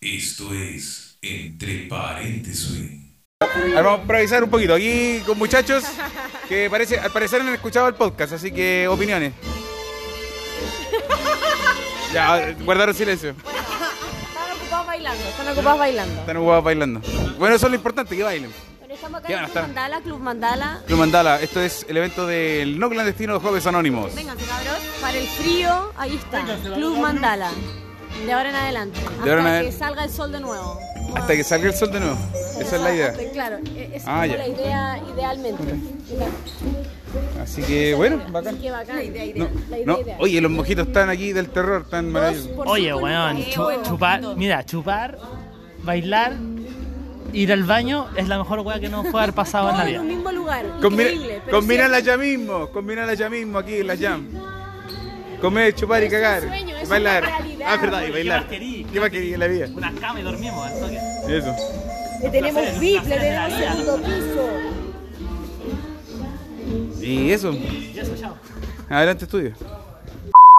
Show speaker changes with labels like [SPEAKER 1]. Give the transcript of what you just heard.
[SPEAKER 1] Esto es Entre Paréntesis.
[SPEAKER 2] A ver, vamos a improvisar un poquito aquí con muchachos que parece, al parecer han escuchado el podcast, así que opiniones. Ya, eh, guardaron silencio.
[SPEAKER 3] Están ocupados bailando, están ocupados bailando.
[SPEAKER 2] Están ocupados bailando. Bueno, eso es lo importante, que bailen.
[SPEAKER 3] Pero estamos acá
[SPEAKER 2] Ya,
[SPEAKER 3] en Club
[SPEAKER 2] está.
[SPEAKER 3] Mandala, Club Mandala.
[SPEAKER 2] Club Mandala, esto es el evento del no clandestino de Jóvenes Anónimos.
[SPEAKER 3] Vénganse, cabrón. Para el frío, ahí está. Club Mandala. De ahora en adelante. Hasta
[SPEAKER 2] ahora en
[SPEAKER 3] que
[SPEAKER 2] adelante.
[SPEAKER 3] salga el sol de nuevo.
[SPEAKER 2] Hasta que salga el sol de nuevo. Esa es la idea.
[SPEAKER 3] Hasta- Claro, e- esa es
[SPEAKER 2] Ah,
[SPEAKER 3] como
[SPEAKER 2] ya.
[SPEAKER 3] la idea idealmente.
[SPEAKER 2] Así que, bueno,
[SPEAKER 3] Así
[SPEAKER 2] bacán.
[SPEAKER 3] que bacán. La idea
[SPEAKER 2] No,
[SPEAKER 3] ideal. La idea
[SPEAKER 2] no,
[SPEAKER 3] ideal.
[SPEAKER 2] oye, los mojitos están aquí del terror, están
[SPEAKER 3] Dos
[SPEAKER 2] maravillosos.
[SPEAKER 3] por
[SPEAKER 4] Oye,
[SPEAKER 3] cinco
[SPEAKER 4] weón,
[SPEAKER 3] lucas.
[SPEAKER 4] chu- chupar, mira, chupar, bailar, ir al baño es la mejor weá que nos puede haber pasado en
[SPEAKER 3] Todo
[SPEAKER 4] la
[SPEAKER 3] en
[SPEAKER 4] vida.
[SPEAKER 3] un mismo lugar. Increíble.
[SPEAKER 2] Combina,
[SPEAKER 3] pero
[SPEAKER 2] combínala
[SPEAKER 3] cierto.
[SPEAKER 2] ya mismo, combínala ya mismo aquí en la jam. Comer, chupar y
[SPEAKER 3] Es un
[SPEAKER 2] cagar.
[SPEAKER 3] sueño, es
[SPEAKER 2] bailar.
[SPEAKER 3] una realidad.
[SPEAKER 2] Ah, verdad, y
[SPEAKER 4] ¿Qué
[SPEAKER 2] bailar.
[SPEAKER 4] más querí?
[SPEAKER 2] ¿Qué más querí en la vida?
[SPEAKER 4] Una cama y dormimos al toque.
[SPEAKER 2] Eso.
[SPEAKER 3] Le tenemos
[SPEAKER 4] placer,
[SPEAKER 3] VIP, le
[SPEAKER 4] placer de la
[SPEAKER 3] tenemos
[SPEAKER 4] vida.
[SPEAKER 3] segundo
[SPEAKER 2] Y
[SPEAKER 3] piso.
[SPEAKER 2] eso.
[SPEAKER 4] Y eso, chao.
[SPEAKER 2] Adelante estudio.